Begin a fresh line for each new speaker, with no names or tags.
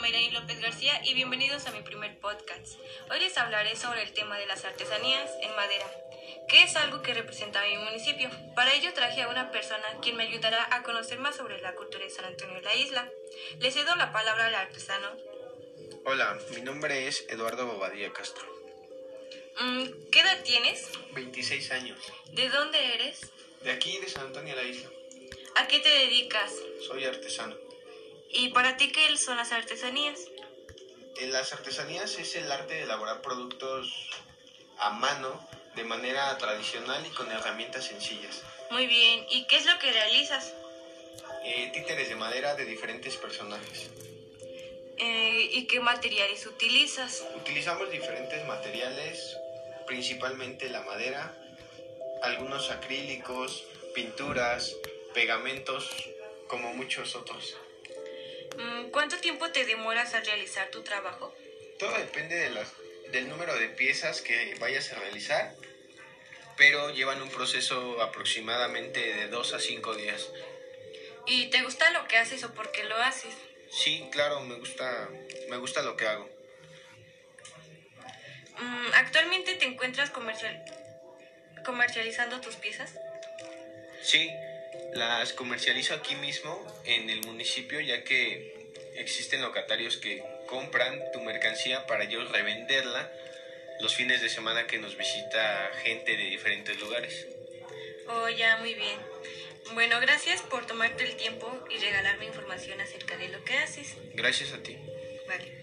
Melanie López García y bienvenidos a mi primer podcast. Hoy les hablaré sobre el tema de las artesanías en madera, que es algo que representa a mi municipio. Para ello traje a una persona quien me ayudará a conocer más sobre la cultura de San Antonio de la isla. Le cedo la palabra al artesano.
Hola, mi nombre es Eduardo Bobadilla Castro.
Mm, ¿Qué edad tienes?
26 años.
¿De dónde eres?
De aquí, de San Antonio de la Isla.
¿A qué te dedicas?
Soy artesano.
¿Y para ti qué son las artesanías?
En las artesanías es el arte de elaborar productos a mano de manera tradicional y con herramientas sencillas.
Muy bien, ¿y qué es lo que realizas?
Eh, títeres de madera de diferentes personajes.
Eh, ¿Y qué materiales utilizas?
Utilizamos diferentes materiales, principalmente la madera, algunos acrílicos, pinturas, pegamentos, como muchos otros.
Mm, ¿Cuánto tiempo te demoras a realizar tu trabajo?
Todo depende de las- del número de piezas que vayas a realizar, pero llevan un proceso aproximadamente de 2 a 5 días.
¿Y te gusta lo que haces o por qué lo haces?
Sí, claro, me gusta, me gusta lo que hago.
Mm, ¿Actualmente te encuentras comercial- comercializando tus piezas?
Sí, las comercializo aquí mismo en el municipio ya que existen locatarios que compran tu mercancía para ellos revenderla los fines de semana que nos visita gente de diferentes lugares.
Oh, ya, muy bien. Bueno, gracias por tomarte el tiempo y regalarme información acerca de lo que haces.
Gracias a ti.
Vale.